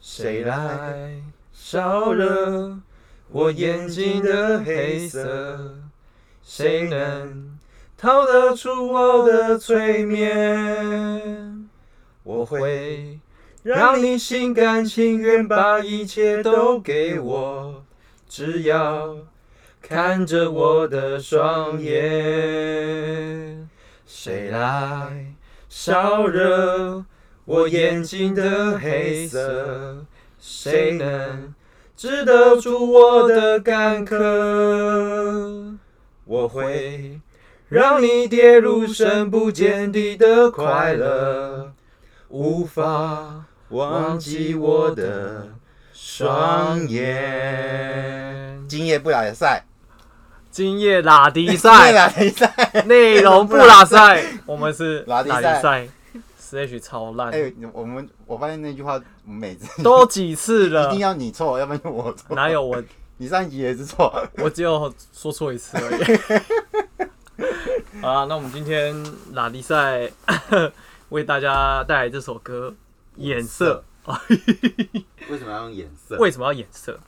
谁来烧热我眼睛的黑色？谁能逃得出我的催眠？我会让你心甘情愿把一切都给我，只要看着我的双眼。谁来烧热我眼睛的黑色？谁能治得住我的干渴？我会让你跌入深不见底的快乐，无法忘记我的双眼。今夜不拉赛，今夜拉迪 今夜赛拉迪赛。 内容不拉 赛，我们是拉迪赛赛，CH 超烂，哎，我们我发现那句话，我们每次都几次 一了定，要你错，要不然就我错。哪有我？你上一集也是错。我只有说错一次而 已。好啦，那我们今天拉力赛 为大家带来这首歌《眼色》。 为什么要用颜色为什么要眼色？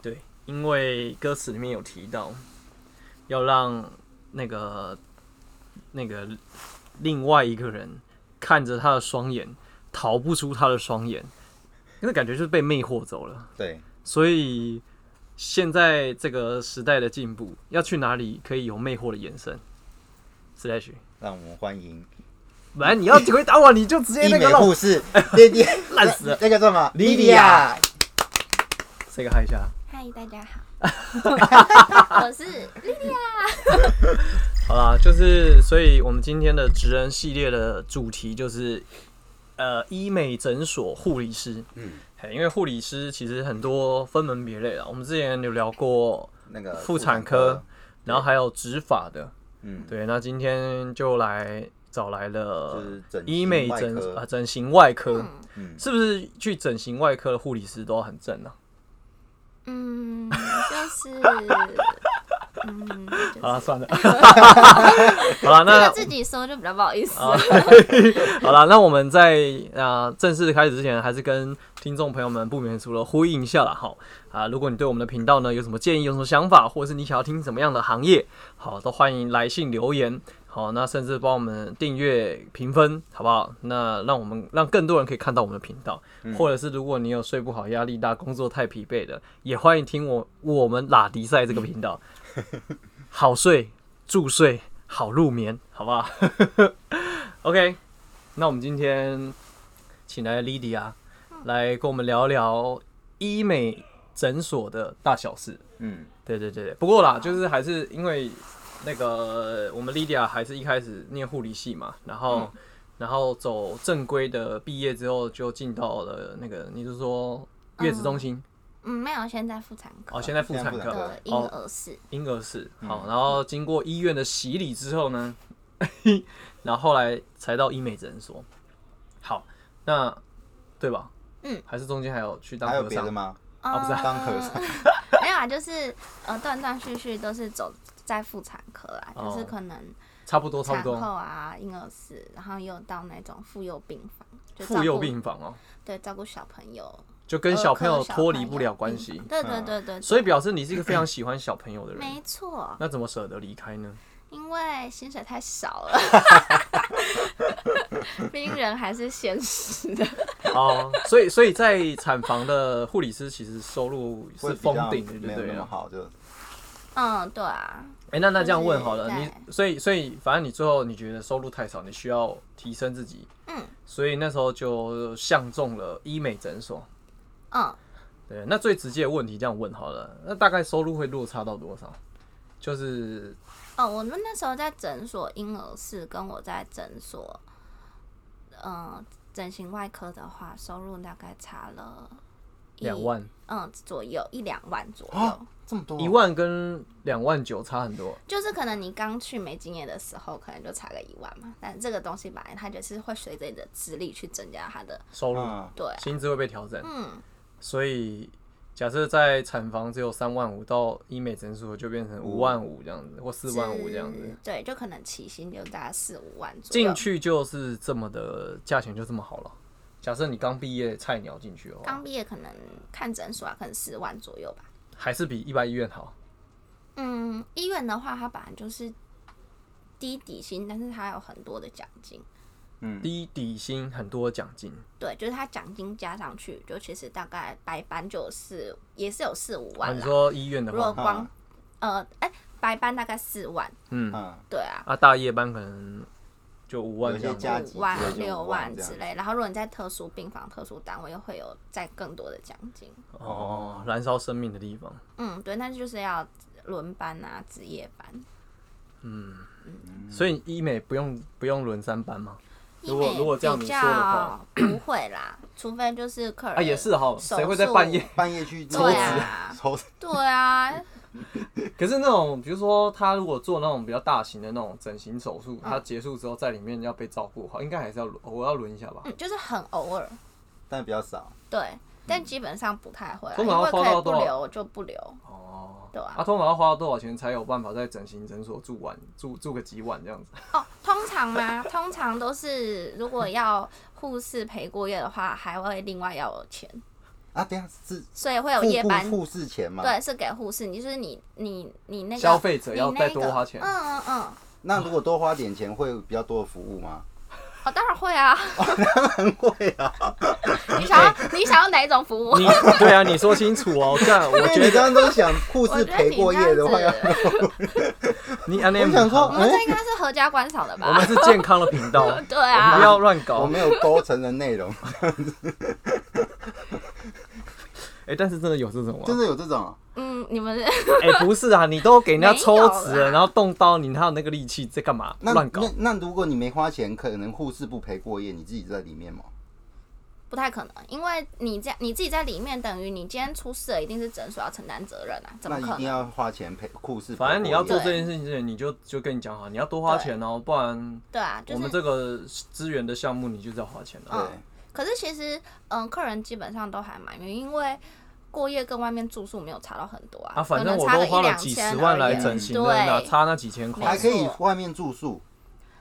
对，因为歌词里面有提到，要让那个那个另外一个人看着他的双眼，逃不出他的双眼，那感觉就是被魅惑走了。对，所以现在这个时代的进步，要去哪里可以有魅惑的眼神？slash，让我们欢迎本来你要回答我，你就直接医哎那美个让护我士， 那爹 烂死了那个叫什么？莉莉亚亚。这个嗨一下。嗨，大家 好，我是好啦，就是所以我们今天的职人系列的主题就是呃医美诊所护理师，嗯嗯，因为护理师其实很多分门别类啦，我们之前有聊过，那个妇产科，然后还有植发的，嗯，对，那今天就来找来就了是整呃医美形外诊科啊整形外科，嗯是不是去整形外科的护理师都很正啊？嗯，就是嗯，就是好啦， 算了，好啦，那这个自己说就比较不好意思。啊， 好了，那我们在啊、正式开始之前，还是跟听众朋友们不免除了呼应一下了哈啊、如果你对我们的频道呢有什么建议、有什么想法，或者是你想要听什么样的行业，好，都欢迎来信留言。好，那甚至帮我们订阅、评分，好不好？那让我们让更多人可以看到我们的频道，或者是如果你有睡不好、压力大、工作太疲惫的，也欢迎听我我们拉迪赛这个频道，好睡、助睡、好入眠，好不好？OK，那我们今天请来 Lydia 来跟我们聊聊医美诊所的大小事。嗯，对对对，对不过啦，就是还是因为那个我们 Lydia 还是一开始念护理系嘛，然后、然后走正规的，毕业之后就进到了那个，你是说月子中心？嗯，没有，现在妇产科哦，现在妇产现在妇产科哦科的婴儿室，婴儿室。嗯好，然后经过医院的洗礼之后呢， 然后后来才到医美诊所。好，那对吧？嗯，还是中间还有去当还有和别的尚。吗？啊不是啊当和尚 没有啊，就是呃断断续续都是走在妇产科啊，哦就是可能差不多，差产不后多。啊、婴儿室，然后又到那种妇幼病房，就照妇幼顾呃病房哦，对照顾小朋友，就跟小朋友脱离不了关儿系嗯科小，朋友病嗯房对对对对对，所以表示你是一个非常喜欢小朋友的人没。错，那怎么舍得离开呢？因为薪水太少了，冰人还是现实的。哦，所以所以在产房的护理师其实收入会是比较封顶的，对没不有那对么啊？好，就嗯，对啊，哎、那那这样问好了，就是你在所以所以反正你最后你觉得收入太少，你需要提升自己，嗯所以那时候就相中了医美诊所。嗯，对，那最直接的问题这样问好了，那大概收入会落差到多少？就是哦，我们那时候在诊所婴儿室，跟我在诊所，嗯、整形外科的话，收入大概差了一两，万，嗯左右，一两万左右。啊这么多一万跟两万九差很多。就是可能你刚去没经验的时候，可能就差个一万嘛，但这个东西本来它就是会随着你的资历去增加它的，收入、啊，对啊、薪资会被调整，嗯，所以假设在产房只有三万五，到医美诊所就变成五万五这样子，或四万五这样子是，，嗯对，就可能起薪就大概四五万左右。进去就是这么的价钱就这么好了。假设你刚毕业菜鸟进去的话，刚毕业可能看诊所啊，可能四万左右吧。还是比一般医院好。嗯，医院的话，它本来就是低底薪，但是它有很多的奖金。低底薪很多奖金，对，就是它奖金加上去，就其实大概白班就有四，也是有四五啊、万你啦。说医院的如果话，光呃，哎、白班大概四万，嗯嗯，对啊，啊，大夜班可能就五万有这些样子加几五万之类、就六五万万这样之类。然后如果你在特殊病房、特殊单位，又会有再更多的奖金。哦，燃烧生命的地方。嗯，对，那就是要轮班啊，值夜班。所以医美不用不用轮三班吗？医如果美如果这样比你说的话较不会啦，除非就是客人啊，也是哈，手谁会在半夜术？半夜去对啊抽脂，对啊， 可是那种，比如说他如果做那种比较大型的那种整形手术，他结束之后在里面要被照顾好，应该还是要轮，我要轮一下吧。嗯，就是很偶尔，但比较少。对，但基本上不太会啦，嗯通啊因常为要花可到以不多少留就不留，哦，对啊啊，通常要花多少钱才有办法在整形诊所住完，住住个几晚这 样子？哦，通常嘛，通常都是如果要护士陪过夜的话，还会另外要有钱，啊，等一下是所以会有付夜班付。护士钱嘛？对，。是给护士，你就是你你你那个消费者要你再那多个花钱嗯嗯嗯，那如果多花点钱，会有比较多的服 务吗？哦，当然会啊。会啊，你想要你想要哪一种服务？你对啊，你说清楚 哦。这样我因为觉得你刚刚都想护我士觉得陪你过这样夜的话，要子，你安内，我想说我们这应该是合家观赏的嗯我吧们？是健康的频道， 对你不啊，要乱搞我。没有勾成人 内容，哎，但是真的有这种啊真？的有这种嗯，你们哎，不是啊，你都给人家抽脂没了，有啦然后动刀，你还有那个力气在干嘛？那乱搞那。那如果你没花钱，可能护士不陪过夜，你自己在里面吗？不太可能，因为你在你自己在里面，等于你今天出事了，一定是诊所要承担责任啊，怎那么一可定能？要花钱陪护士陪过反夜。正你要做对这件事情之前，你就就跟你讲好，你要多花钱哦，不然对啊，就我是们。这个资源的项目你就是要花钱的。哦嗯可是其实，嗯，客人基本上都还满意，因为过夜跟外面住宿没有差到很多啊，啊，反正可能我差都个一花了两几千十万而来已啊整形了，对哪差那几千对，没块？还可以错外面住宿，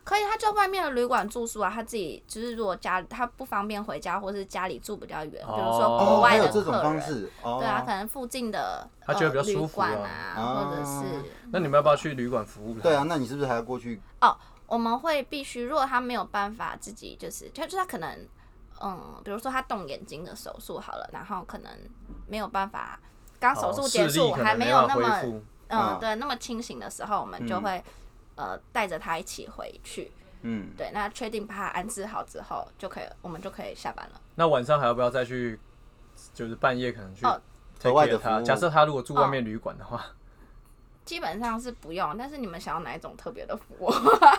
可以，他就外面的旅馆住宿啊，他自己就是如果家他不方便回家，或是家里住比较远，比如说哦还国外有的这种客方人，式哦。对啊，可能附近的他觉得比较舒服啊呃、旅馆啊，哦或者是那你们要不要去旅馆服务他？对啊，那你是不是还要过去？我们会必须，如果他没有办法自己就是，他就是他可能嗯，比如说他动眼睛的手术好了，然后可能没有办法，刚好，啊手术结哦视力束可能还没办有法那么恢复啊嗯对那么清醒的时候，我们就嗯会、呃带着他一起回去，嗯，对，那确定把他安置好之后，就可以我们就可以下班了。那晚上还要不要再去？就是半夜可能去哦 take 额外 care 的服他。务假设他如果住外面旅馆的话，基本上是不用，但是你们想要哪一种特别的服务？ 哦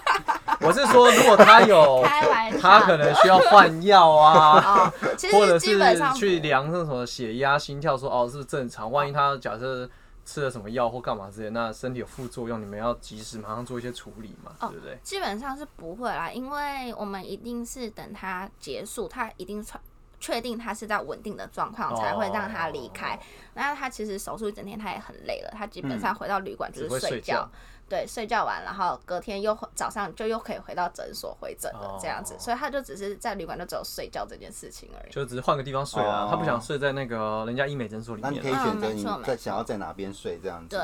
我是说，如果他有 开玩笑，他可能需要换药啊，哦，其 或者实基是本上去不量那什么血压、心跳，说哦是不是正常。万一他假设吃了什么药或干嘛之类，那身体有副作用，你们要及时马上做一些处理嘛，对不对？基本上是不会啦，因为我们一定是等他结束，他一定确确定他是在稳定的状哦况，才会让他离开。那他其实手术一整天他也很累了，他基本上回到旅馆嗯就只会是睡觉，觉对，睡觉完，然后隔天又回早上就又可以回到诊所回诊了，这样子，哦所以他就只是在旅馆就只有睡觉这件事情 而已。就只是换个地方睡啊哦，他不想睡在那个人家医美诊所里那你面可以啊。选择嗯没你错没在错想要在哪边睡这样子。对，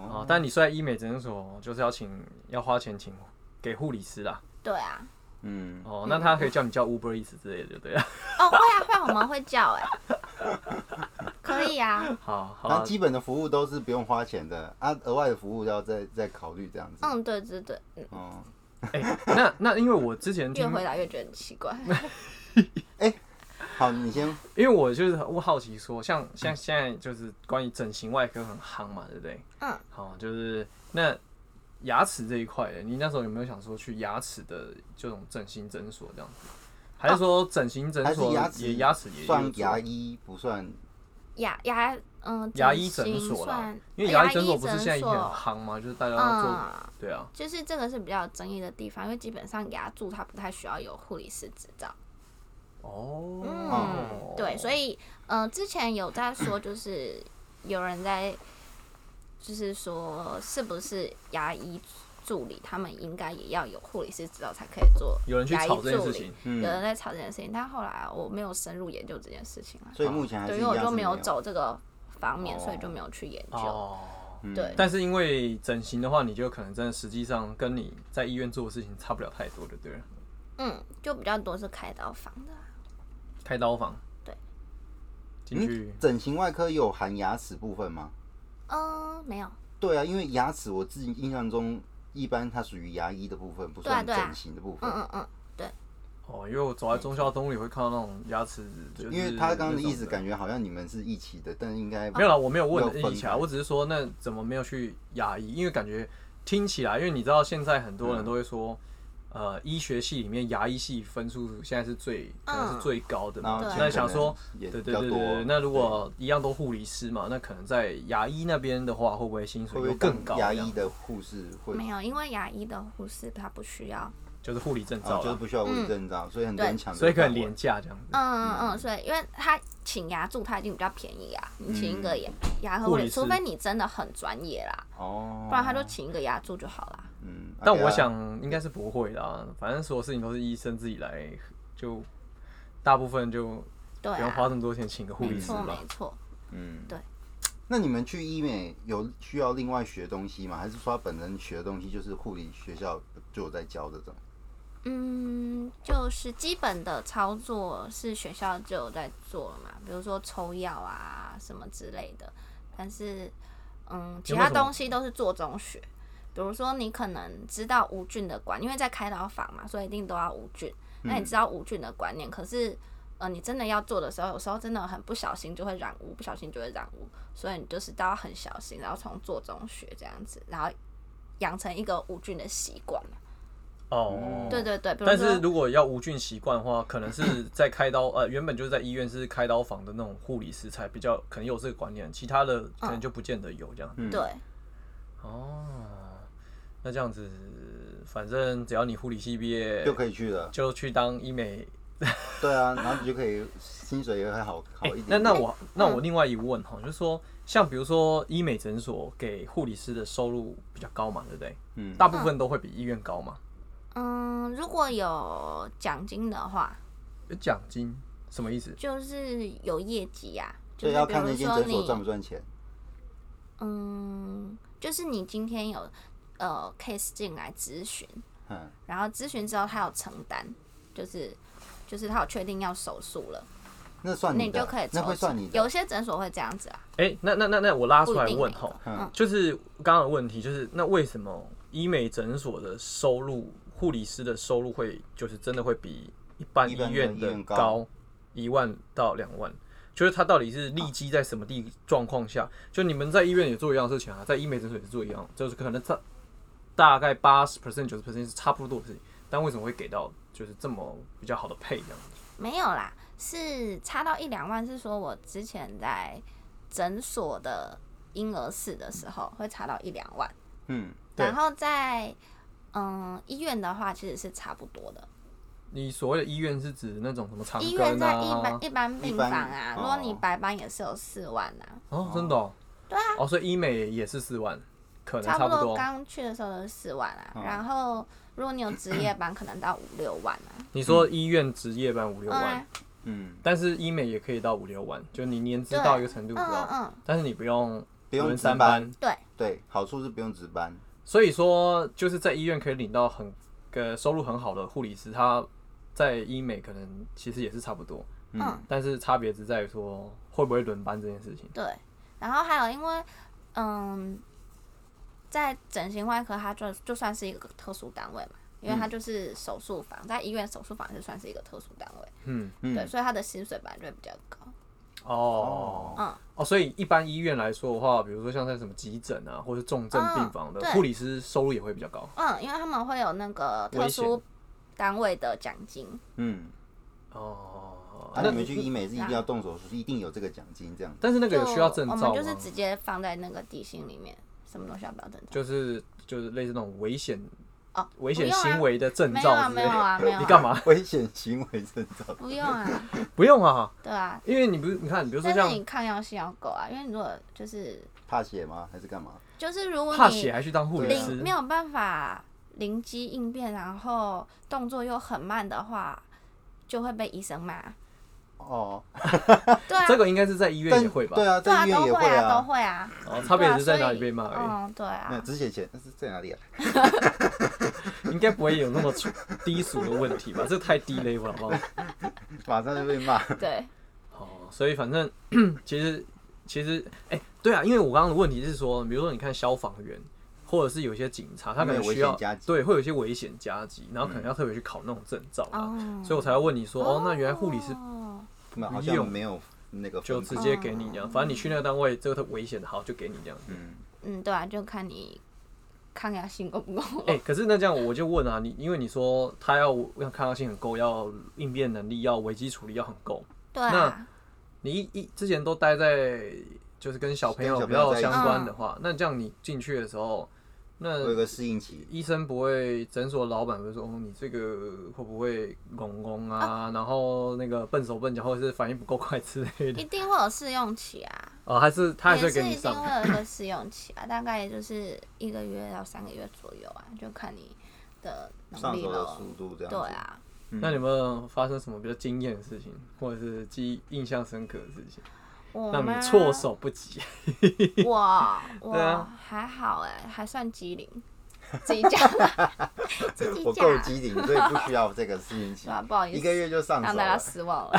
哦，但你睡在医美诊所就是要请要花钱请给护理师啦。对啊，嗯，哦，那他可以叫你叫 Uber Eats 之类的，对不对了？ 哦，会啊会啊，我们会叫哎、可以啊，好好那啊，基本的服务都是不用花钱的啊，额外的服务要再再考虑这样子。嗯，对对对，嗯嗯，哎，那那因为我之前越听回答越觉得很奇怪。好，你先因为我就是我好奇说，像像现在就是关于整形外科很夯嘛，对不对？嗯。好，就是那牙齿这一块的，你那时候有没有想说去牙齿的这种整形诊所这样子？还是说整形诊还是所牙齿也牙齿也有算做牙医不算？牙牙嗯牙医整诊形所啦算，因为牙牙医诊所不是诊现在也很所夯嘛，就是大家要做，嗯，对啊，就是这个是比较有争议的地方，因为基本上牙蛀它不太需要有护理师执照。哦，嗯，对，所以呃，之前有在说， 就是有人在，就是说是不是牙医助理，他们应该也要有护理师执照才可以做有人去牙医吵这件助事理情，嗯有人在吵这件事情，但后来我没有深入研究这件事情啊，所以目前还是对，一因为样我是就没有走这个方面，哦所以就没有去研究。哦。嗯对但是因为整形的话，你就可能真的实际上跟你在医院做的事情差不了太多，对不对了？嗯，就比较多是开刀房的啊，开刀房，对，进去整形外科有含牙齿部分吗？嗯，没有，对啊，因为牙齿我自己印象中，一般它属于牙医的部分，不对啊算对啊整形的部分。嗯嗯嗯，哦，因为我走在中孝东路也会看到那种牙齿，嗯就是因为他刚刚的意思，觉感觉好像你们是一起的，但应该没有啦，我没有要问分开一起来，我只是说那怎么没有去牙医？因为感觉听起来，因为你知道现在很多人都会嗯说，呃，医学系里面牙医系分数现在是最可能嗯是最高的然嘛后，那想说。也对比对较对对多对，。那如果一样都护理师嘛，那可能在牙医那边的话，会不会薪会水不又会更高？当牙医的护士会啊没有，因为牙医的护士他不需要，就是护理证啊照，就是啊啦，不需要物理证照，所以很多人抢着所以可能当廉价这样子。嗯嗯嗯，所以因为他请牙助他已经比较便宜啊，你请一个牙牙嗯护护理理，师除非你真的很专业啦，哦，不然他就请一个牙助就好啦。嗯，但啊我，想应该是不会啦，反正所有事情都是医生自己来，就大部分就对不用花啊，这么多钱请个护没理师错吧没。错，嗯，对。那你们去医美有需要另外学东西吗？还是说他本人学的东西就是护理学校就有在教这种？嗯，就是基本的操作是学校就有在做了嘛，比如说抽药啊什么之类的。但是，嗯，其有没有什他么东西都是做中学。比如说，你可能知道无菌的观，因为在开刀房嘛，所以一定都要无菌。那嗯你知道无菌的观念，可是，呃，你真的要做的时候，有时候真的很不小心就会染污，不小心就会染污，所以你就是都要很小心，然后从做中学这样子，然后养成一个无菌的习惯。哦，嗯对。对对，比如但说是如果要无菌习惯的话，可能是在开刀呃，原本就是在医院是开刀房的那种护理师才比较可能有这个观念，其他的可能就不见得有这样。嗯对，哦，那这样子，反正只要你护理系毕业，就可以去了。就去当医美。对啊，然后你就可以薪水也会好好哎一点。那那我那我另外一问哈，就是说，像比如说医美诊所给护理师的收入比较高嘛，对不对？嗯大部分都会比医院高嘛。嗯，如果有奖金的话，有嗯奖金什么意思？就是有业绩呀、就所以是要比看那如间说诊所赚你，不赚钱。嗯，就是你今天有呃 case 进来咨询，嗯，然后咨询之后他有承担，就是就是他有确定要手术了，那算啊那你你就的，可以那抽会算成你的。有些诊所会这样子啊，哎、那那那那我拉出不来一定问每哈个，，嗯嗯，就是刚刚的问题，就是那为什么医美诊所的收入，护理师的收入会就是真的会比一般医一般的院医的院高高一万到两万？就是他到底是立基在什么地状况下？就你们在医院也做一样的事情啊，在医美诊所也是做一样，就是可能大大概八十 percent、九十 percent 是差不多的事情，但为什么会给到就是这么比较好的配这样？没有啦，是差到一两万，是说我之前在诊所的婴儿室的时候会差到一两万。嗯，对然后在嗯医院的话，其实是差不多的。你所谓的医院是指那种什么长医院庚在一啊般？一般病房啊一般，如果你哦白班也是有四万啊，哦，真的、哦？对啊。哦，所以医美也是四万，可能差差不不多多。嗯刚去的时候都是四万啊。哦然后如果你有值夜班，可能到五六万啊。你说医院值夜班五六嗯万，啊，嗯，但是医美也可以到五六万，就你年资到一个程度嗯之后，嗯嗯，但是你不用不用轮值三班，班，对，对，好处是不用值班。所以说就是在医院可以领到很个收入很好的护理师，他在医美可能其实也是差不多，嗯但是差别只在于说会不会轮班这件事情。对。然后还有因为嗯，在整形外科，它就就算是一个特殊单位嘛。嗯因为它就是手术房，在医院手术房就算是一个特殊单位，嗯，对，嗯，所以它的薪水本来就会比较高。哦，嗯哦，所以一般医院来说的话，比如说像在什么急诊啊，或是重症病房的嗯对护理师收入也会比较高。嗯，因为他们会有那个特危殊单位的奖金，嗯，哦，啊，那你们去医美是一定要动手术，一定有这个奖金这样。但是那就个有需要证我照们吗？就是直接放在那个底薪里面，什么东西要不要证照？就是就是类似那种危险哦，危险不用啊行为的证没有照啊，之没类有的。啊，没有、啊。你干？嘛？ 危险行为证照， 不用啊，不用啊，对啊。因为你不是你看，比如说但像是你抗药性要够啊，因为你如果就是怕血吗？还是干嘛？就是如果怕你血还去当护理对啊师灵没，有办法灵机应变，然后动作又很慢的话，就会被医生骂。哦，对啊，这个应该是在医院但也会吧？对啊，对在啊，医院都也会啊，都啊。会啊。哦，差别对啊只是在哪里所以被骂而嗯，对那 啊，止血钳那是在哪里啊？ 已，应该不会有那么粗 低俗的问题吧？这太低 level 了，好不好？马上就被骂。对， 哦，所以反正 其实其实哎、对啊，因为我刚刚的问题是说，比如说你看消防员。或者是有些警察，他可能需有危要险加急嗯对，会有一些危险加急，然后可能要特别去考那种证照啊，哦所以我才会问你说，哦，那原来护理师哦那好不像用没有那个就分直配接给你这样，反正你去那个单位，这个危险的好就给你这样。嗯，嗯，对啊，就看你抗压性够不 够。哦哎、可是那这样我就问啊，你因为你说他要要抗压性很够，要应变能力，要危机处理要很够，对那啊，你一一之前都待在就是跟小朋友比较相关的嗯话，那这样你进去的时候，会有那个适应期。医生不会，诊所老板会说，哦，你这个会不会拱拱啊，然后那个笨手笨脚，或者是反应不够快之类的一，定会有试用期啊，哦，还是他还是也会给是你一定上，会有一个试用期啊，大概也就是一个月到三个月左右啊，就看你的能上力手的了速。度这样子。对，啊，那你有没有发生什么比较惊艳的事情，或者是记忆印象深刻的事情，我让吗你措手不 及？我对我啊还好哎、还算机 灵，自己讲的，自己我够讲，机灵，所以不需要这个适应期对啊，。不好意思，一个月就上让手大家了。失望了。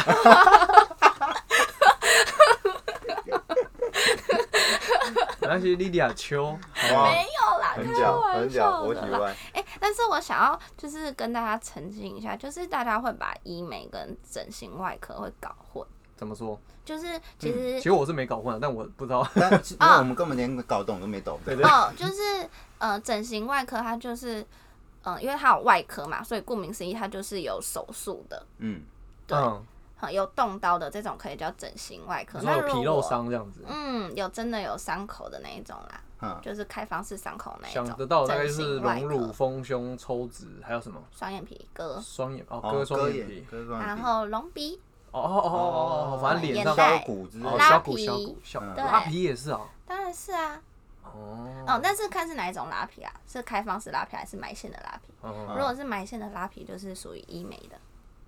那些莉莉亚秋，哇没有啦，很开屌，很玩屌，笑我的喜啦。欢。哎、但是我想要就是跟大家澄清一下，就是大家会把医美跟整形外科会搞混，怎么说？就是嗯其其实、实我是没搞混啊，但我不知道。但是啊那我们根本连搞懂都没懂。对对哦，就是呃，整形外科它就是呃，因为它有外科嘛，所以顾名思义，它就是有手术的。嗯，对嗯，呃有动刀的这种可以叫整形外科，你那说有如皮肉果伤这样子，嗯，有真的有伤口的那一种啦，嗯就是开放式伤口那一种。想得到大概就整是形外隆乳、科、丰胸、抽脂，还有什么双眼皮割，双眼哦，哦割割双眼皮，割双眼然皮，后隆鼻，哦哦哦哦哦，反正脸眼上袋削骨之类哦，拉小的。骨皮小骨小骨嗯拉对皮也是啊，当然是啊。哦哦，但是看是哪一种拉皮啦，是开放式拉皮还是埋线的拉皮？哦如果是埋线的拉皮，就是属于医美的，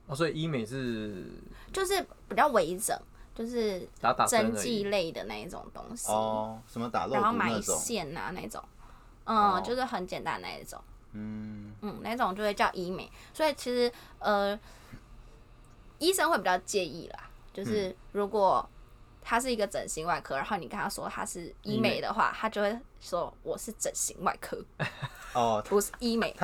哦，所以医美是就是比较微整，就是打打针针而剂已，类的那一种东西，哦，什么打肉然后毒埋那种。线啊那种，哦嗯，就是很简单那一种。嗯，嗯，那种就会叫医美，所以其实呃，医生会比较介意啦，就是如果他是一个整形外科，然后你跟他说他是医医美美的话，他就会说我是整形外科，哦，不是医 美。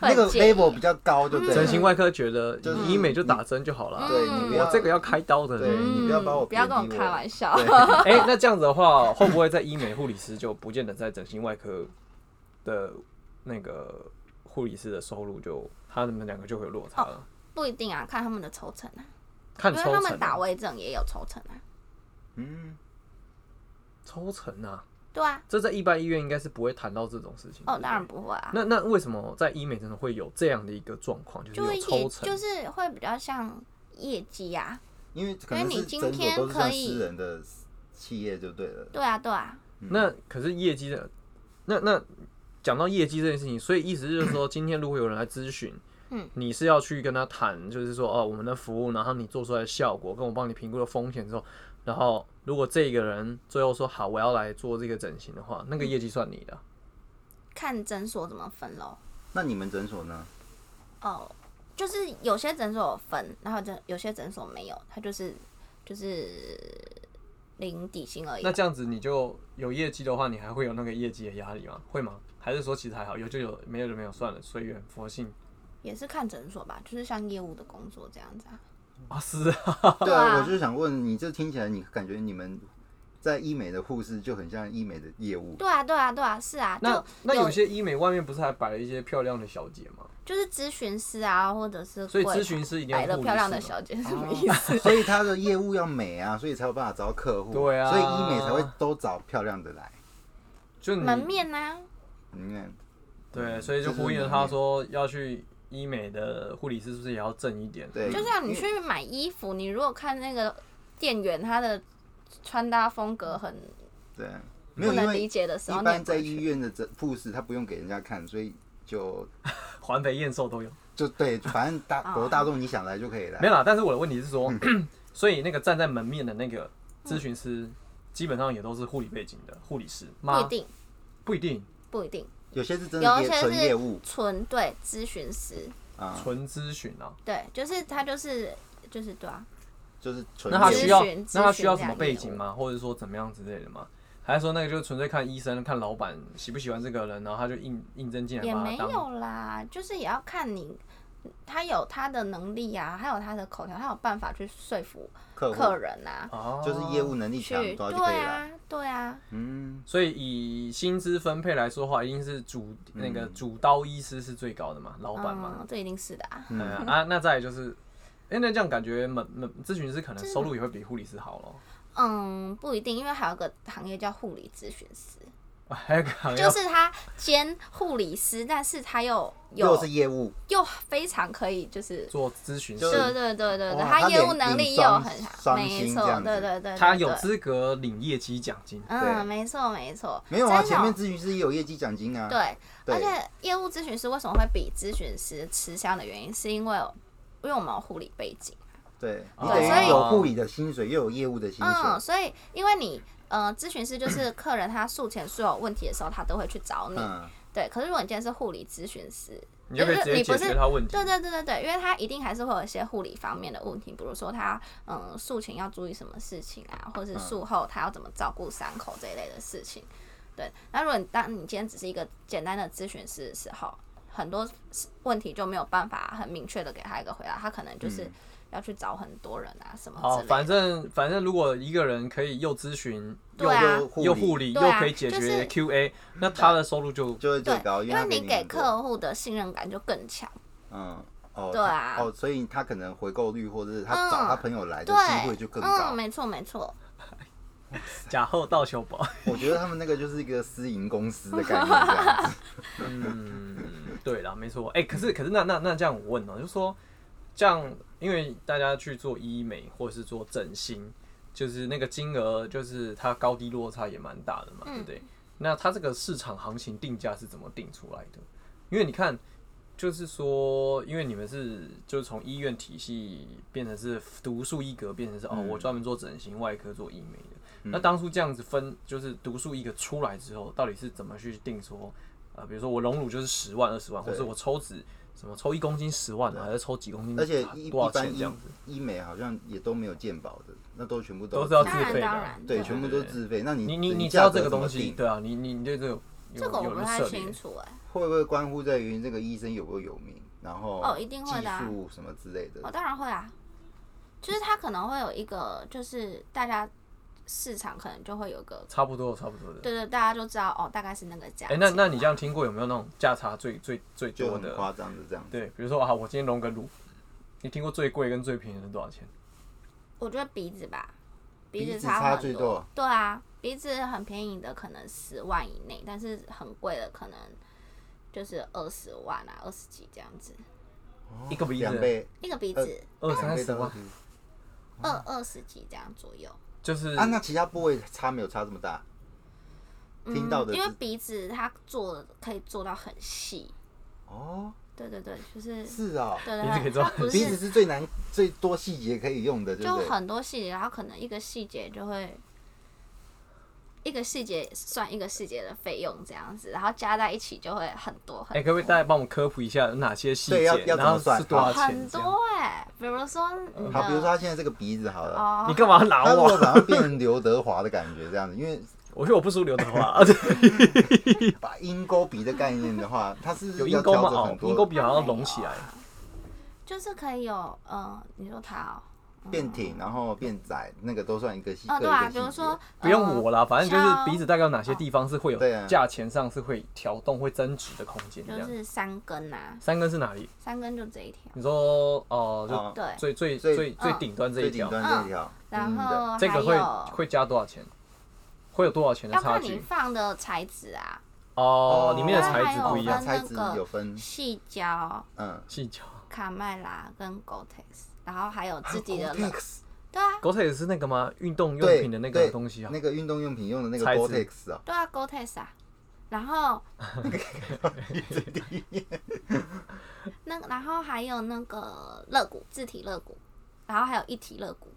那个很介意 level 比较高，对不对？整形外科觉得就是医美就打针就好嗯了，对你我不要这个要开刀的对嘞。你不要把我不要跟我贬低开玩笑。 对，哎，那这样子的话，会不会在医美护理师就不见得在整形外科的那个护理师的收入就他们两个就会有落差了？不一定啊，看他们的抽成啊，看因抽为成他啊，们打微整也有抽成啊。嗯，抽成啊，对啊，这在一般医院应该是不会谈到这种事情。对哦，不对当然。不会啊，那那为什么在医美真的会有这样的一个状况，就是就有是抽也成？就是会比较像业绩啊。因为可能是诊因为你今所天都是像可以私人的企业就对了。嗯对啊，对啊，那可是业绩的，那那讲到业绩这件事情，所以意思就是说，今天如果有人来咨询，嗯，你是要去跟他谈，就是说哦，我们的服务，然后你做出来的效果，跟我帮你评估的风险之后，然后如果这个人最后说好，我要来做这个整形的话，那个嗯业绩算你的啊。看诊所怎么分喽。那你们诊所呢？哦，就是有些诊所有分，然后诊有些诊所没有，它就是就是零底薪而已啊那。这样子你就有业绩的话，你还会有那个业绩的压力吗？会吗？还是说其实还好，有就有，没有就没有，算了，随缘佛性也是看诊所吧，就是像业务的工作这样子啊。啊，是啊，对对啊，啊我就是想问你，这听起来你感觉你们在医美的护士就很像医美的业务，对啊，对啊，对啊，是啊，那就那有有些医美外面不是还摆了一些漂亮的小姐吗？就是咨询师啊，或者是所以柜咨询师一定要摆的护理漂亮的师嘛小姐是什么啊哦 意思？所以他的业务要美啊，所以才有办法找到客户。对啊所以医美才会都找漂亮的来。就你门面呐、啊，你看，对，所以就呼应了他说要去医美的护理师是不是也要正一点？对就像你去买衣服，你如果看那个店员他的穿搭风格很对，没有不因能理为解的时候，一你也般不在会医去。院的这护士他不用给人家看，所以就环肥燕瘦都有，就对，反正大啊狗大众你想来就可以没来。有啦。但是我的问题是说， 所以那个站在门面的那嗯个咨询师，基本上也都是护理背景的护理师不一吗？定，不一定，不一定，有些是真有的一业些纯业务是纯对咨询师，啊，纯咨询啊。对，就是他就是就是对啊，就是纯那他业务需要咨询那他咨需询要这什么样背业景务吗？或者说怎么样之类的吗？还是说那个就是纯粹看医生、看老板喜不喜欢这个人，然后他就应应征进来也把没他当有啦，就是也要看你。他有他的能力啊，还有他的口条，他有办法去说服客客户，人啊，哦，就是业务能力强去的话就可以对来。啊，对啊，嗯，所以以薪资分配来说的话，一定是主那嗯个主刀医师是最高的嘛，老板嘛。嗯，这一定是的啊。嗯啊，那再来就是，哎、那这样感觉门门咨询师可能收入也会比护理师好咯。 嗯，不一定，因为还有个行业叫护理咨询师，啊还有个哦行业就是他兼护理师，但是他又有又是业务，又非常可以，就是做咨询就对师，对对对对，哇他他业务脸能顶力又双很好，双没星错这，样对子对对，他对有对资格领业绩奖金。对嗯，没错没错，没有啊，真的哦前面咨询师也有业绩奖金啊。对，对而且业务咨询师为什么会比咨询师吃香的原因，是因为因为我们有护理背景，对，你对等所以于有护理的薪水，又有业务的薪嗯，水。所以因为你呃，咨询师就是客人他术前所有问题的时候，他都会去找你，嗯，对。可是如果你今天是护理咨询师，你就可以就直是接你不解决是他问题。对对对对对，因为他一定还是会有一些护理方面的问题，比如说他嗯术前要注意什么事情啊，或是术后他要怎么照顾伤口这一类的事情。对，那如果你当你今天只是一个简单的咨询师的时候，很多问题就没有办法很明确的给他一个回答，他可能就是要去找很多人啊什么好，之类的。反正反正如果一个人可以又咨询对啊又又又护护理，理对又啊可以解就决是 QA，那他的收入就就会最高，对，因为他为你给很多客户的信任感就更强。嗯，哦，对啊他哦，所以他可能回购率或者是他找嗯他朋友来的对机会就，更高嗯，。没错没错，假后到修保。我觉得他们那个就是一个私营公司的概念这样 子，嗯， 对啦，没错。哎、可是可是那那那这样我问哦、就说这样，因为大家去做医美或者是做整形，就是那个金额，就是它高低落差也蛮大的嘛，对不对？那它这个市场行情定价是怎么定出来的？因为你看，就是说，因为你们是就是从医院体系变成是独树一格，变成是、哦，我专门做整形外科做医美的。那当初这样子分，就是独树一格出来之后，到底是怎么去定说？呃，比如说我隆乳就是十万、二十万，或对者我抽脂什么抽一公斤十万嘛，还是抽几公斤，啊而且一一多少般钱这医样子？医美好像也都没有健保的，那都全部都都是要自当然费的当啊然，对，全部都自费。那你你你你知价道格这个怎么东西，定对啊，你你你对这个有这个我有不有太涉猎清楚哎、会不会关乎在于那个医生有没有有名，然后哦一定会的啊技术什么之类的哦，。当然会啊，就是他可能会有一个，就是大家市场可能就会有个，差不多差不多的。对对，大家就知道哦，大概是那个价哎、钱。那那你这样听过有没有那种价差最最最就多很的？夸张的这样子，对，比如说啊，我今天隆个乳，你听过最贵跟最便宜的多少钱？我觉得鼻子吧，鼻子子差差很最多多。对啊，鼻子很便宜的可能十万以内，但是很贵的可能就是二十万啊，二十几这样子一个鼻两子倍一个鼻子，二两三倍十到万，二二十几这样左右。就是啊，那其他部位差没有差这么大？听到的嗯因为是鼻子它做的可以做到很细，哦，对对对，就是是啊，对鼻子可以对做到对，它很不鼻子是是最难最多细节可以用的，对就不对？很多细节，然后可能一个细节就会一个细节算一个细节的费用这样子，然后加在一起就会很多哎、很可不可以多。大家帮我们科普一下有哪些细节，对要要怎么然后是算多少钱很这样？多哎、比如说你好，比如说的他现在这个鼻子好了，哦你，干嘛拿他如我果？把它变成刘德华的感觉这样子，因为 我觉得我不输刘德华，而且把鹰钩鼻的概念的话，它是不有是鹰要钩调嘛，整哦很，鹰钩多啊比好像隆起来，就是可以有呃，你说它哦，变挺，然后变窄，那个都算一个细。哦各对一个啊，细比如节说呃不用我了，啦，反正就是鼻子大概有哪哦些地方是会对有啊价钱上是会调动、会增值的空间这就样。是三根啊，三根是哪里？三根就这一条，你说哦，就啊对，最最最嗯最最顶端这一最顶条，端这一条，然嗯后这哦还个会有会加多少钱？会有多少钱的要差看你距？放的材质啊，哦哦，里面的那材啊还质有不一样分，材那质个有嗯分，细胶、嗯细胶。卡麦拉跟 Gore-Tex，然后还有自哦己的冷， ，Gore-Tex，对啊，狗腿是那个吗？运动用对品的那个对东西啊那。个运动用品用的那个材质 Gore-Tex 啊，对啊，Gore-Tex 啊，然后那然后还有那个肋骨自体肋骨，然后还有一体肋骨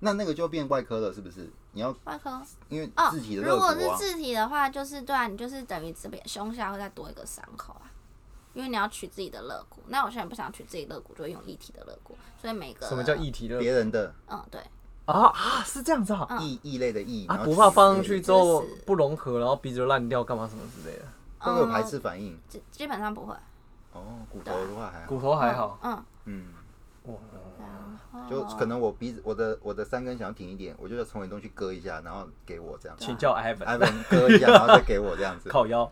那那个就变外科了，是不是？你要外科。因为哦自己，的肋如骨果是啊，自体的话，就是对啊，你就是等于这边胸下会再多一个伤口啊，因为你要取自己的肋骨。那我现在不想取自己肋骨，就会用一体的肋骨，所以每个什么叫异体的？别人的嗯对，啊啊，是这样子啊。嗯异异类的异，啊然，后不怕放上自己去的之后就是不融合，然后鼻子就烂掉，干嘛什么之类的。会不会有嗯排斥反应？基基本上不会。哦，骨头的话还好，骨头还好，嗯，嗯，嗯，然后就可能我鼻子我的我的三根想要挺一点，我就要从你中去割一下，然后给我这样，啊请叫 Ivan Ivan 割一下，然后再给我这样子。靠腰。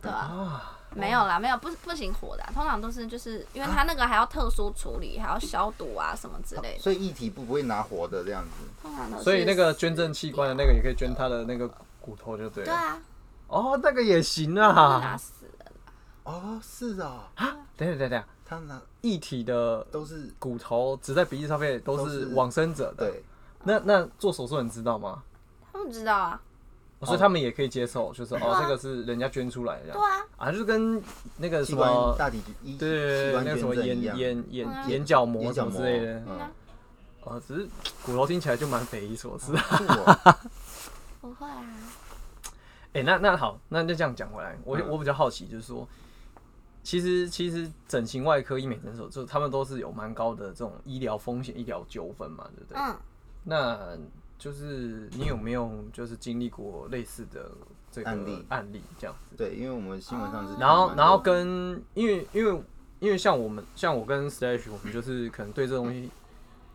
对啊，没有啦，没有不不行火的啊、通常都是就是因为啊它那个还要特殊处理，还要消毒啊什么之类的，所以液体不不会拿活的这样子，通常都是。所以那个捐赠器官的那个也可以捐他的那个骨头就对对了。啊，哦，那个也行 不拿啊。死人，哦，是啊，等一下等一下等一下，他拿异体的都是骨头只在鼻子上面都是都是往生者的。对，那那做手术的人知道吗？他们知道啊，哦所以他们也可以接受，就是哦，啊这个是人家捐出来对的啊，啊，就是跟那个器什官么大体一对对器对，官那个什么捐赠眼一样，眼眼嗯眼角膜眼什角么之膜，类的。啊嗯，哦，只是骨头听起来就蛮匪夷所思。酷哦不会啊，哎、那那好，那就这样讲回来，我、嗯我比较好奇，就是说，其实其实整形外科、医美诊所，就他们都是有蛮高的这种医疗风险、医疗纠纷嘛，对不对？嗯，那就是你有没有就是经历过类似的这个案例案例这样子？对，因为我们新闻上是看 然后蛮多然后跟因为因为因为像我们像我跟 Slash，我们就是可能对这东西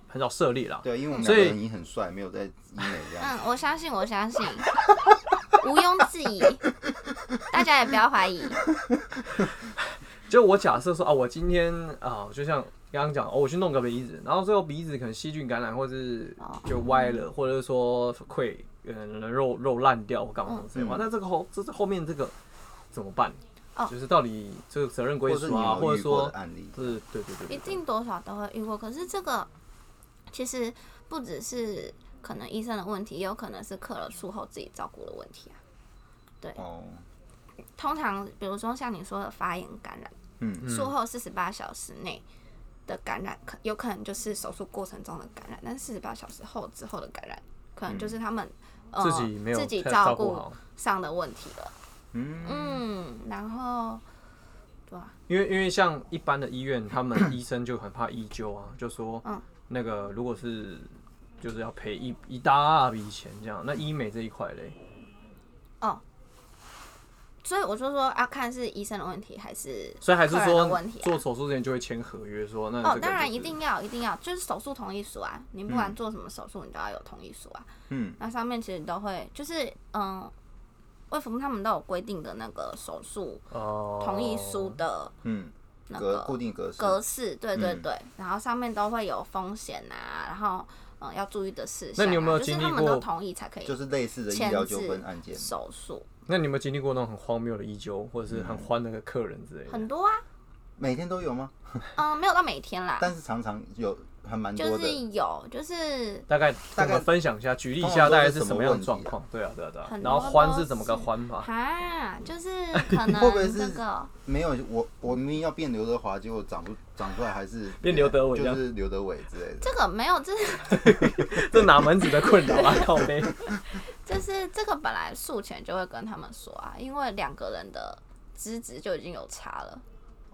很少涉猎啦。对，因为我们所两以个人已经很帅，没有在医美这样嗯 子，，我相信，我相信，毋庸置疑，大家也不要怀疑。就我假设说啊，我今天啊，就像刚刚讲，哦，我去弄个鼻子，然后最后鼻子可能细菌感染，或是哦就歪了，或者是说溃，嗯，肉肉烂掉或干嘛什么之类的嘛。嗯那这个后这这后面这个怎么办哦？就是到底这个责任或归者是属你啊，有或遇者过说的案例，是对对对一对对，定多少都会遇过。可是这个其实不只是可能医生的问题，也有可能是客人术后自己照顾的问题啊。哦，通常，比如说像你说的发炎感染，嗯，术后四十八小时内的感染，可有可能就是手术过程中的感染，但四十八小时后之后的感染，可能就是他们、呃自己没有自己太照顾顾好，上的问题了。嗯，嗯，然后对啊，因为因为像一般的医院，他们 医生就很怕医纠啊，就说嗯那个如果是就是要赔一一大笔钱这样，那医美这一块嘞，所以我就说要看是医生的问题还是所以还是客人的说问题啊做手术之前就会签合约说，那哦这，个当然就是嗯一定要一定要，就是手术同意书啊，你不管做什么手术，你都要有同意书啊。嗯，那上面其实都会，就是嗯，卫福部他们都有规定的那个手术哦同意书的嗯，那格个固定格式，格式，对对嗯对，然后上面都会有风险啊，然后嗯要注意的事那项啊。你有没有就是经历他们过都同意才可以就是类似的医签疗纠纷案字件，手术？那你有没有经历过那种很荒谬的医纠，或者是很欢那个客人之类的？很多啊，每天都有吗？嗯，没有到每天啦，但是常常有还蛮就多是的，有，就是大概大跟我概们分享一下，举例一通下常都大概是是什什么么样的问题状啊况？对啊，对啊，对啊。很然后多欢都是怎么个是欢 法？啊， 就是可能会不会是那个没有我我明明要变刘德华，结果长不长出来还是变刘德伟这就样是刘德伟之类的，这个没有，这是这哪门子的困扰啊？ 靠背。就是这个本来术前就会跟他们说啊，因为两个人的资质就已经有差了，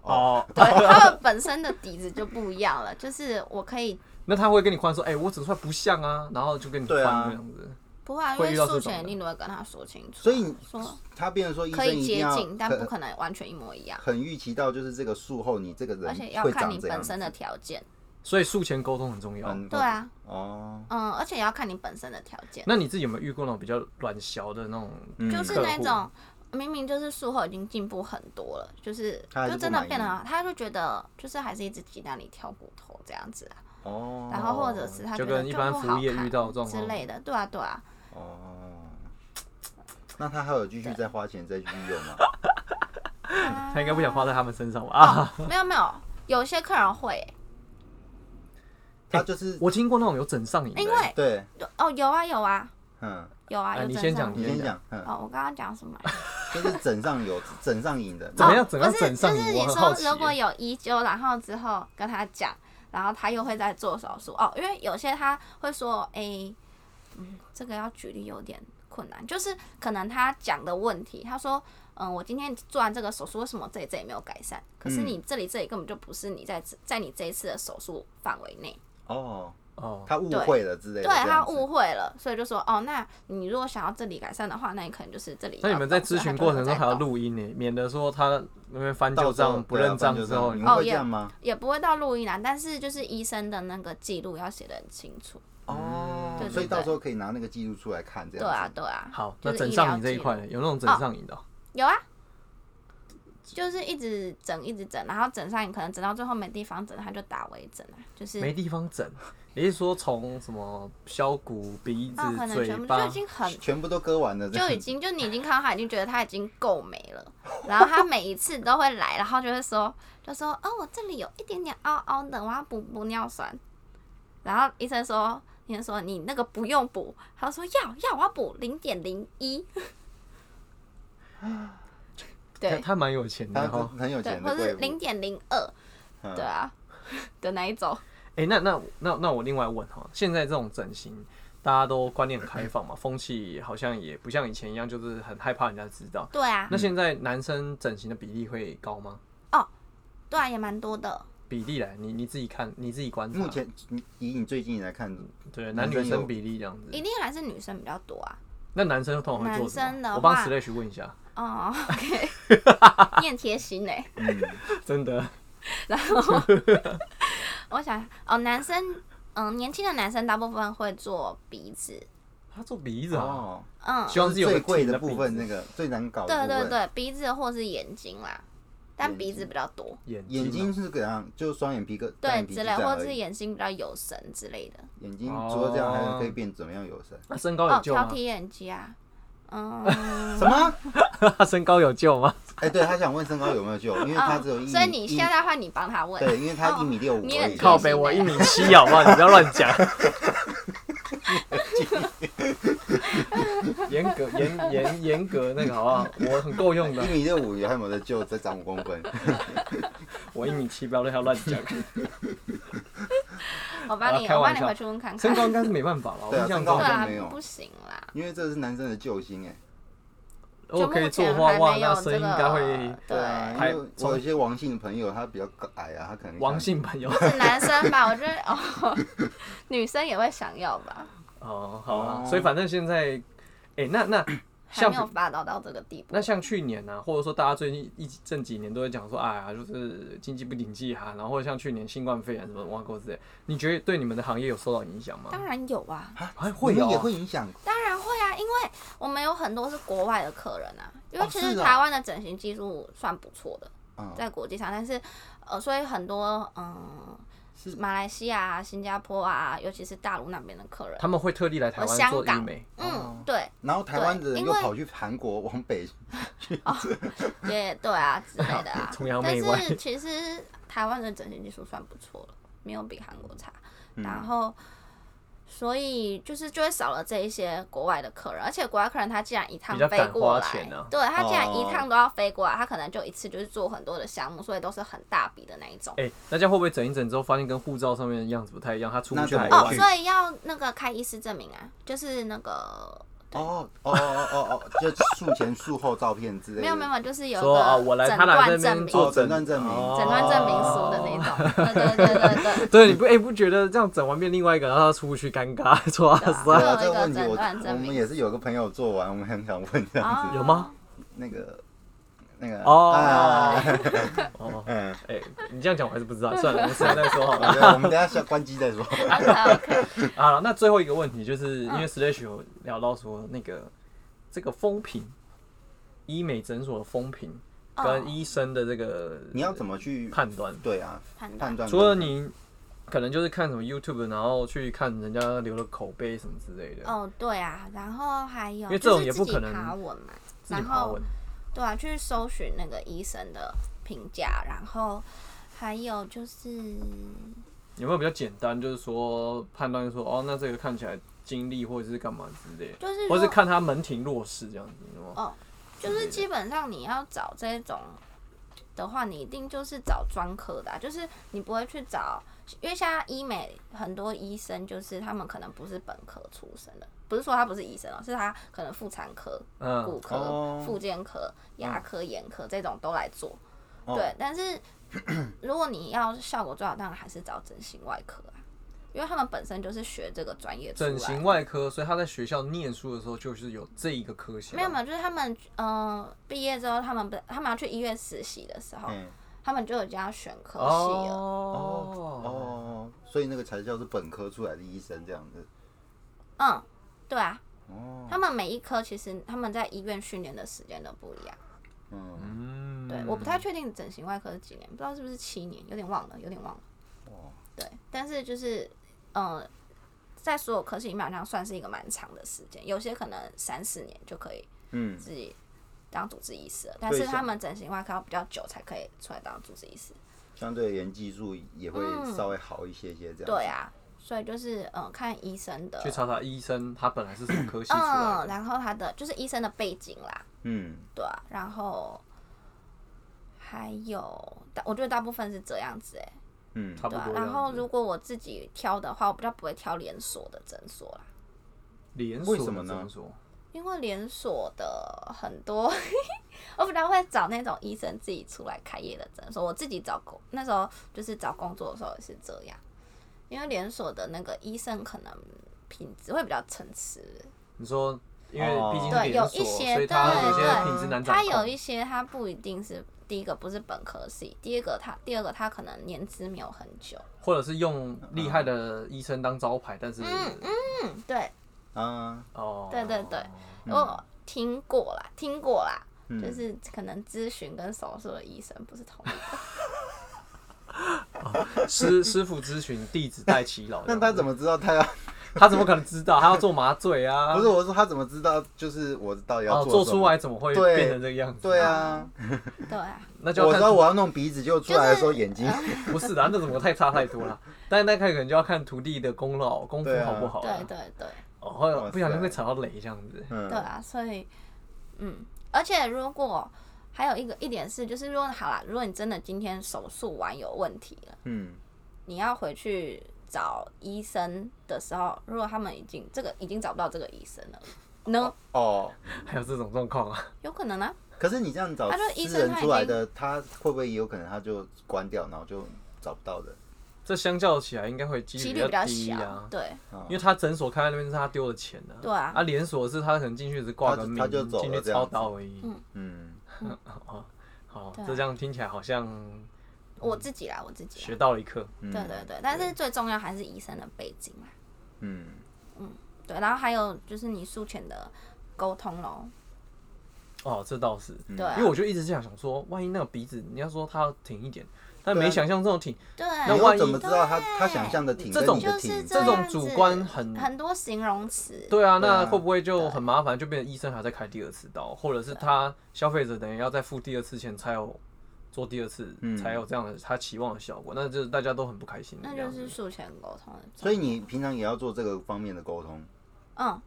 哦， 对，他们本身的底子就不一样了。就是我可以那他会跟你宽说，哎，我整出来不像啊，然后就跟你宽对啊这样子。不会、啊，因会为遇到这术种前的一定都会跟他说清楚啊，所以你说他变成说医可生以一定接要近，但不很可能完全一模一样，很预期到就是这个术后你这个而人且要会看你长这本样身的子，条件。所以术前沟通很重要。嗯对啊，哦，嗯，而且也要看你本身的条件，那你自己有没有遇过那种比较软小的那种？就嗯是客那户种。明明就是术后已经进步很多了，就是他还是就不真的满意变得很好，他就觉得就是还是一只鸡蛋里挑骨头这样子啊。哦，然后或者是他就觉得跟一般不服务好业看 遇到的状之况类的，对啊对啊，哦，那他还有继续再花钱再去用吗？他应该不想花在他们身上吧？哦啊，没有没有，有些客人会欸、他就是我听过那种有整上瘾的欸，因为对，哦有啊有啊嗯，有啊，哎有你真先上讲你瘾先讲，嗯，哦，我刚刚讲什么来着？就是枕上有枕上瘾的，怎么样哦怎么样不是整上就是瘾我你很好说奇如果欸有医纠，然后之后跟他讲，然后他又会再做手术哦，因为有些他会说，哎、嗯，这个要举例有点困难，就是可能他讲的问题，他说。嗯，我今天做完这个手术，为什么这里这里没有改善？可是嗯你这里这里根本就不是你在这在你这一次的手术范围内，哦，哦，他误会了之类的，对这他样子误会了，所以就说哦，那你如果想要这里改善的话，那你可能就是这里要动。那你们在咨询过程中还要录。录音呢，免得说他那边翻旧到时候账不对啊认翻账旧之后，你你们哦会这也样吗？也不会到录音栏，但是就是医生的那个记录要写的很清楚。哦对，对所以到对时候可以拿那个记录出来看，这对样子啊，，对啊。好，就那是整医上疗瘾这一记录块呢，有那种整哦上瘾的哦，有啊，就是一直整一直整，然后整上瘾，可能整到最后没地方整，他就打微整啊，就是没地方整。你是说从什么削骨、鼻那啊子、可能嘴全部就巴已？经很。全部都割完 了，这就样已经就你已经看到他已经觉得他已经够美了， 然后他每一次都会来，然后就会说就说哦我这里有一点点凹凹的，我要补补尿酸，然后医生说医生说你那个不用补，他说要要我要补零点零一，他对，他蛮有钱他的很哈。很有对，钱或的是贵零妇，点零二，嗯对啊， 的那一种。哎，那那那那我另外问哈，现在这种整形，大家都观念很开放嘛，风气好像也不像以前一样，就是很害怕人家知道。对啊，那现在男生整形的比例会高吗？对啊，也蛮多的。比例来，你你自己看，你自己观察。目前你以你最近来看，嗯对男女男生生有比例这样子，一定还是女生比较多啊。那男生通常会做什么？男生的话我帮 Slash 问一下，哦、o k 你很贴心欸呢、嗯，真的然后 我想，哦，男生，嗯，年轻的男生大部分会做鼻子，他做鼻子啊，哦，嗯，希望是有个最贵挺的鼻部分，子那个最难搞的对部分对，对，鼻子或是眼睛啦，但眼鼻子睛比较多，眼眼睛睛啊是怎样？就是双眼皮跟单对眼皮之就类，这样或而是已眼睛比较有神之类的。眼睛除了这样哦还可以变怎么样有神？那身高有哦，救挑吗剔？眼睛啊， 嗯，什么？他身高有救 吗？哎，对他想问身高有没有救，因为他只有一嗯米，所以你一现在换你帮他问，对，因为他一米六五你很而已，靠靠北，北我我一一米米七，好不 好？你不要乱讲。严格严严严格那个好不好？我很够用的一，米六五有还有没有得救？再长五公分，我一米七，不要乱乱 讲。我帮你，啊开我玩帮你笑回去问看看身。高应该是没办法吧？我对啊印象身高中对好像啊没有，不行啦。因为这是男生的救星哎。如果可以做花就目袜，那前还没有声音这个应该会。对啊，因还为我有一些王姓朋友，他比较矮啊，他可能王姓朋友是男生吧？我觉得哦， 女生也会想要吧，哦，好啊，哦所以反正现在，哎，那 那还像没有发达到这个地步那。像去年啊，或者说大家最近一这几年都会讲说，哎呀，就是经济不景气哈、然后或者像去年新冠肺炎什么挖沟之类，你觉得对你们的行业有受到影响吗？当然有啊，还会会哦有、也会影响当然会啊，因为我们有很多是国外的客人啊，因为哦其是实哦台湾的整形技术算不错的，啊，在国际上，但是呃，所以很多嗯是，马来西亚、啊、新加坡啊，尤其是大陆那边的客人他，们会特地来台我湾香做医港美，嗯，对，然后台湾的人对又因为跑去韩国往北， 也对啊之类的啊。 崇洋但媚外是其实台湾的整形技术算不错了，没有比韩国差。嗯然后，所以就是就会少了这一些国外的客人，而且国外客人他既然一趟比较飞敢过花来，钱啊对他既然一哦趟都要飞过来，他可能就一次就是做很多的项目，所以都是很大笔的那一种。哎、大家会不会整一整之后发现跟护照上面的样子不太一样？他出不那去怎海么哦，办外，所以要那个开医师证明啊，就是那个哦哦哦哦哦哦，就术前术后照片之类的，没有没有，就是有说个啊，我来诊他来这断证边明，做诊诊断证明哦断证明书的那种。对对对对对。对，你不哎、不觉得这样整完变另外一个，然后他出不去尴尬，错对啊死对啊！啊，这会个有一个问题诊我断证我们明也是有个朋友做完，我们很想问这样哦 子，有吗？那个那个哦啊 哦，嗯，哎、你这样讲我还是不知道，算了，我们现在再说好了我。觉得我们等一下下关机再说。 OK OK，啊，那最后一个问题就是，因为嗯 Slash 有聊到说那个这个风评，医美诊所的风评哦跟医生的这个你要怎么去判断？对啊判断判断？除了你可能就是看什么 YouTube，然后去看人家留的口碑什么之类的，哦，对啊，然后还有因为就这种是也自不己可能爬文嘛，自己然爬后文。对啊，去搜寻那个医生的评价，然后还有就是有没有比较简单，就是说判断说哦，那这个看起来经历或者是干嘛之类的，就是或说是看他门庭若市这样子，有没有哦，就是基本上你要找这种的话，你一定就是找专科的啊、就是你不会去找，因为现在医美很多医生就是他们可能不是本科出身的，不是说他不是医生哦、是他可能妇产科、骨嗯，科、哦附件科、牙科、眼科这种都来做，哦对，但是如果你要效果最好，当然还是找整形外科啊，因为他们本身就是学这个专业出来的。整形外科，所以他在学校念书的时候就是有这一个科系，没有没有，就是他们嗯毕、业之后，他们不他们要去医院实习的时候，嗯，他们就已经要选科系啊了。哦哦，所以那个才叫是本科出来的医生这样子。嗯，对啊，哦，他们每一科其实他们在医院训练的时间都不一样。嗯，嗯，对，我不太确定整形外科是几年，不知道是不是七年，有点忘了，有点忘了。哦，对，但是就是嗯、呃在所有科系里面好像算是一个蛮长的时间，有些可能三四年就可以嗯，自己当主治医师了，但对是他像们整形外科要比较久才可以出来当主治医师。相对而言技术也会嗯稍微好一些些这样。对，啊，所以就是嗯、呃看医生的去，查查医生他本来是什么科系出来嗯，的，然后他的就是医生的背景啦，嗯，对啊，然后还有，大我觉得大部分是这样子哎、嗯，差不对啊多。这样子。然后如果我自己挑的话，我比较不会挑连锁的诊所啦，连锁为的什么呢诊所因为连锁的很多， 我比较会找那种医生自己出来开业的诊所。我自己找工那时候就是找工作的时候也是这样，因为连锁的那个医生可能品质会比较参差，你说，因哦为毕竟是对，连有一锁，些所以对他有些对，品质难掌他控。有一些他不一定是第一个不是本科系，第二个他第二个他可能年资没有很久，或者是用厉害的医生当招牌，但是嗯，对，啊，哦，对对对我听过啦，听过啦。嗯就是可能咨询跟手术的医生不是同一个，师师傅咨询，弟子带齐老。 那他怎么？么知道他要？他怎么可能知道？他要做麻醉啊？不是我说他怎么知道？就是我到底要哦，做什出么？来怎么会对变成这个样子？对啊，对啊，那就要我知道看我要弄鼻子，就出来的时候眼睛。不是的，那怎么太差太 多了？但那看可能就要看徒弟的功劳功夫对好啊不好对了。对对哦，会哇有塞不小心会踩到雷这样子。嗯 对，啊，所以嗯，而且如果还有一个一点是，就是如果好啦，如果你真的今天手术完有问题了，嗯，你要回去找医生的时候，如果他们已经这个已经找不到这个医生了，呢，哦，还有这种状况啊？ 有可能啊，可是你这样找他就医私生人他已出来的，他会不会也有可能他就关掉，然后就找不到的？这相较起来应该会几几率率比较低小，啊。对啊因为他诊所开在那边是他丢的钱呢、啊。对啊啊，连锁是他可能进去只挂个名，他就他就走了进去这样操子刀而已。嗯嗯，好，对啊这样听起来好像我自己啦，我自己学啦，到了一课。嗯对对对，但是最重要还是医生的背景啦，嗯，对，然后还有就是你术前的沟通咯，哦，这倒是，对啊因为我就一直这样想说，万一那个鼻子，你要说它要挺一点，但对啊没想象这种挺，对，那你万又一怎么知道他哎对他想象的挺跟这种你的就是挺？这这样种子主观很很多形容词，对啊，对啊那会不会就很麻烦，就变成医生还在开第二次刀，或者是他消费者等于要再付第二次钱才有做第二次，嗯才有这样的他期望的效果，那就是大家都很不开心的那样就子是。术前沟通的重要，所以你平常也要做这个方面的沟通。嗯，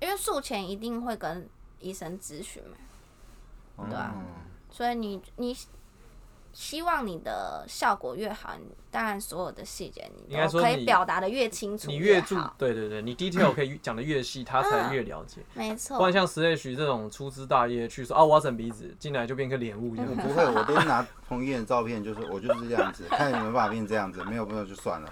因为术前一定会跟医生咨询嘛，对啊哦所以你你希望你的效果越好，你当然所有的细节你应该都说可以你表达的越清楚你越注好，，嗯对对对，你 detail 可以讲的越细，他才越了解。没不错然。像石 H 这种粗枝大叶去说啊，我要整鼻子，进来就变个脸雾一我样。嗯不会，我都拿彭于晏的照片，就是我就是这样子，看有没有办法变这样子，没有没有就算了，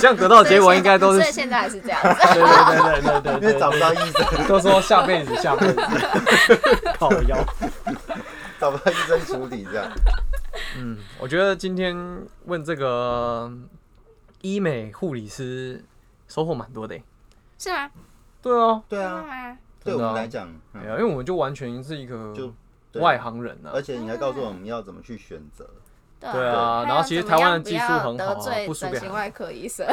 这样得到的所以结果现应该在都是所以现在还是这样子。 对对对对对 因为对找不对，到医生，都说下辈子下辈子， 靠腰。找不到医生处理这样。嗯，我觉得今天问这个医美护理师收获蛮多的欸。是吗？对啊，对真的啊，吗？对真我的啊们来讲，对嗯啊，因为我们就完全是一个就对外行人啊而。且你还告诉我们要怎么去选择，对对啊还然后有其实怎么台湾样的不技术要很好啊得罪不输整给 形韩外科医生，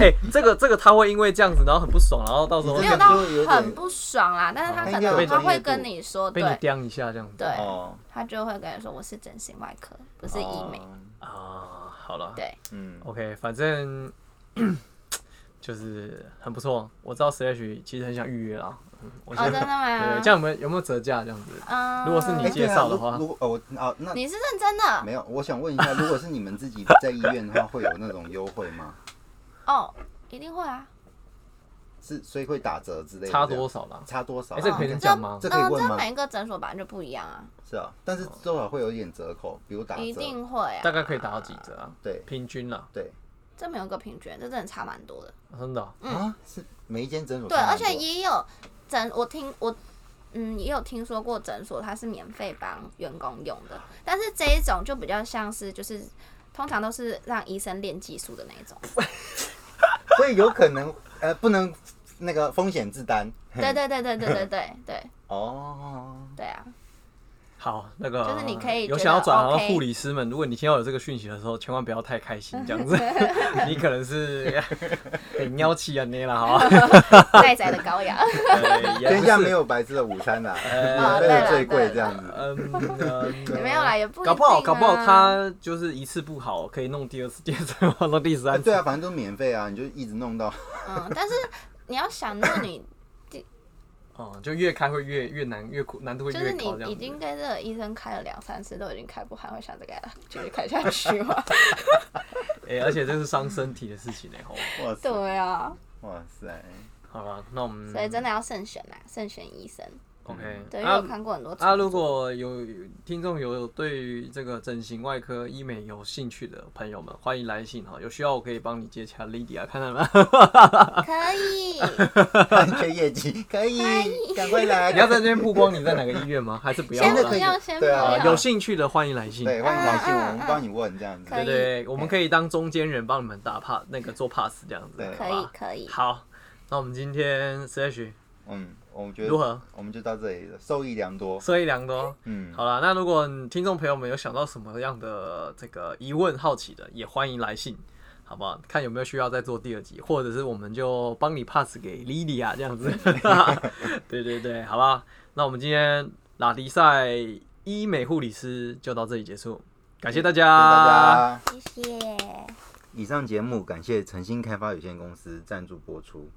哎、这个这个他会因为这样子，然后很不爽，然后到时候你没就这有个到就有点很不爽啦，但是啊他他可应该有能他专业会度跟你说，被你对刁一下这样子。对，哦，他就会跟你说我是整形外科，不是医美，哦啊，好了 对，嗯， ，OK，反正 就是很不错。我知道 Slash 其实很想预约啦，嗯我哦，现真在、的吗对，？这样有没有有没有折价这样子？嗯，如果是你哎对啊介绍的如话如果哦我啊那你是认真的没有，我想问一下，如果是你们自己在医院的话，会有那种优惠吗？哦，一定会啊，是所以会打折之类的？差这样多少啦？差多少？哎这个可以哦讲吗这可以嗯，问这吗？每一个诊所本来就不一样啊，是啊，但是多少会有一点折扣，比如打折。一定会啊，大概可以打到几折啊？对平均啦，对这没有一个平均，这真的差蛮多的。真的哦、嗯啊，是每一间诊所对，差而很多且也有诊，我听我嗯也有听说过诊所它是免费帮员工用的，但是这一种就比较像是就是通常都是让医生练技术的那一种。所以有可能呃不能那个风险自担。嘿对对对对对对对对哦，对 啊！好，那个就是你可以有觉想要得转行的 OK 护理师们，如果你听到有这个讯息的时候，千万不要太开心，这样 子，你可能 是被尿气啊捏了哈，在宅的羔羊，呃也不是天下没有白吃的午餐啊啦，呃哦没对有啦最贵对这样子。哎嗯，呃也没有啦，也不一搞不好，定啊搞不好他就是一次不好，可以弄第二次、第二次， 弄第哎三次。对啊，反正都免费啊，你就一直弄 到嗯，但是你要想，那你哦，就越开会越越难，越苦， 难度会就是越你高这样子。已经跟这个医生开了两三次，都已经开不还会想着给他 继续开下去 吗？啊哎，而且这是伤身体的事情呢，哎吼。哇塞对啊，哇塞，好了，那我们所以真的要慎选啊，慎选医生。 OK。对，因为啊我看过很多啊，重如组果有听众有对于这个整形外科医美有兴趣的朋友们，欢迎来信哈，有需要我可以帮你接洽 Lydia 看 看吧。可以，看缺业绩可以，赶快来，你要在这边曝光你在哪个医院吗？还是 不要先现在了可以要先不对要啊啊，有兴趣的欢迎来信。对，欢迎来信，嗯嗯我们帮你问这样子。可以对，我们可以当中间人帮你们打 pass 那个做 pass 这样子，对可好以吧可以，好，那我们今天 Slash 嗯，我们觉得如何？我们就到这里了，受益良多。受益良多。嗯，好了，那如果你听众朋友们有想到什么样的这个疑问、好奇的，也欢迎来信，好不好？看有没有需要再做第二集，或者是我们就帮你 pass 给 Lilia 这样 子。对对对，好吧。那我们今天拉迪赛医美护理师就到这里结束，感谢大家，谢谢大。家。谢谢。以上节目感谢诚心开发有限公司赞助播出。